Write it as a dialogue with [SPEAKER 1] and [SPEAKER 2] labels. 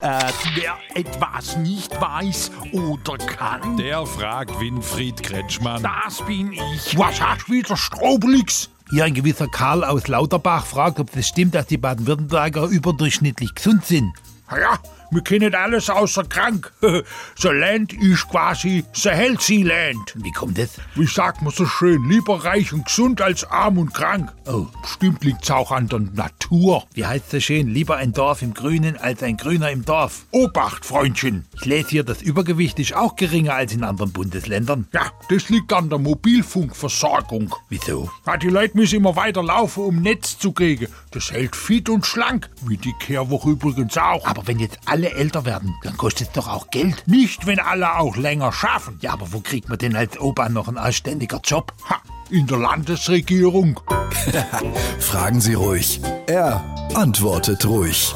[SPEAKER 1] Äh, wer etwas nicht weiß oder kann,
[SPEAKER 2] Der fragt Winfried Kretschmann.
[SPEAKER 1] das bin ich.
[SPEAKER 3] Was hast du wieder, Strobelix? Hier ein gewisser Karl aus Lauterbach fragt, ob es stimmt, dass die Baden-Württemberger überdurchschnittlich gesund sind.
[SPEAKER 4] Na Ja, wir kennen alles außer krank. so Land ist quasi so healthy Land.
[SPEAKER 3] Wie kommt das?
[SPEAKER 4] Wie sagt man so schön, lieber reich und gesund als arm und krank. Oh, bestimmt liegt's auch an der Natur.
[SPEAKER 3] Wie heißt es schön? Lieber ein Dorf im Grünen als ein Grüner im Dorf.
[SPEAKER 4] Obacht, Freundchen.
[SPEAKER 3] Ich lese hier, das Übergewicht ist auch geringer als in anderen Bundesländern.
[SPEAKER 4] Ja, das liegt an der Mobilfunkversorgung.
[SPEAKER 3] Wieso?
[SPEAKER 4] Ja, die Leute müssen immer weiter laufen, um Netz zu kriegen. Das hält fit und schlank, wie die Kehrwoche übrigens auch.
[SPEAKER 3] Aber wenn jetzt alle älter werden, dann kostet es doch auch Geld.
[SPEAKER 4] Nicht, wenn alle auch länger schaffen.
[SPEAKER 3] Ja, aber wo kriegt man denn als Opa noch einen anständiger Job?
[SPEAKER 4] Ha, in der Landesregierung.
[SPEAKER 5] Fragen Sie ruhig. Er antwortet ruhig.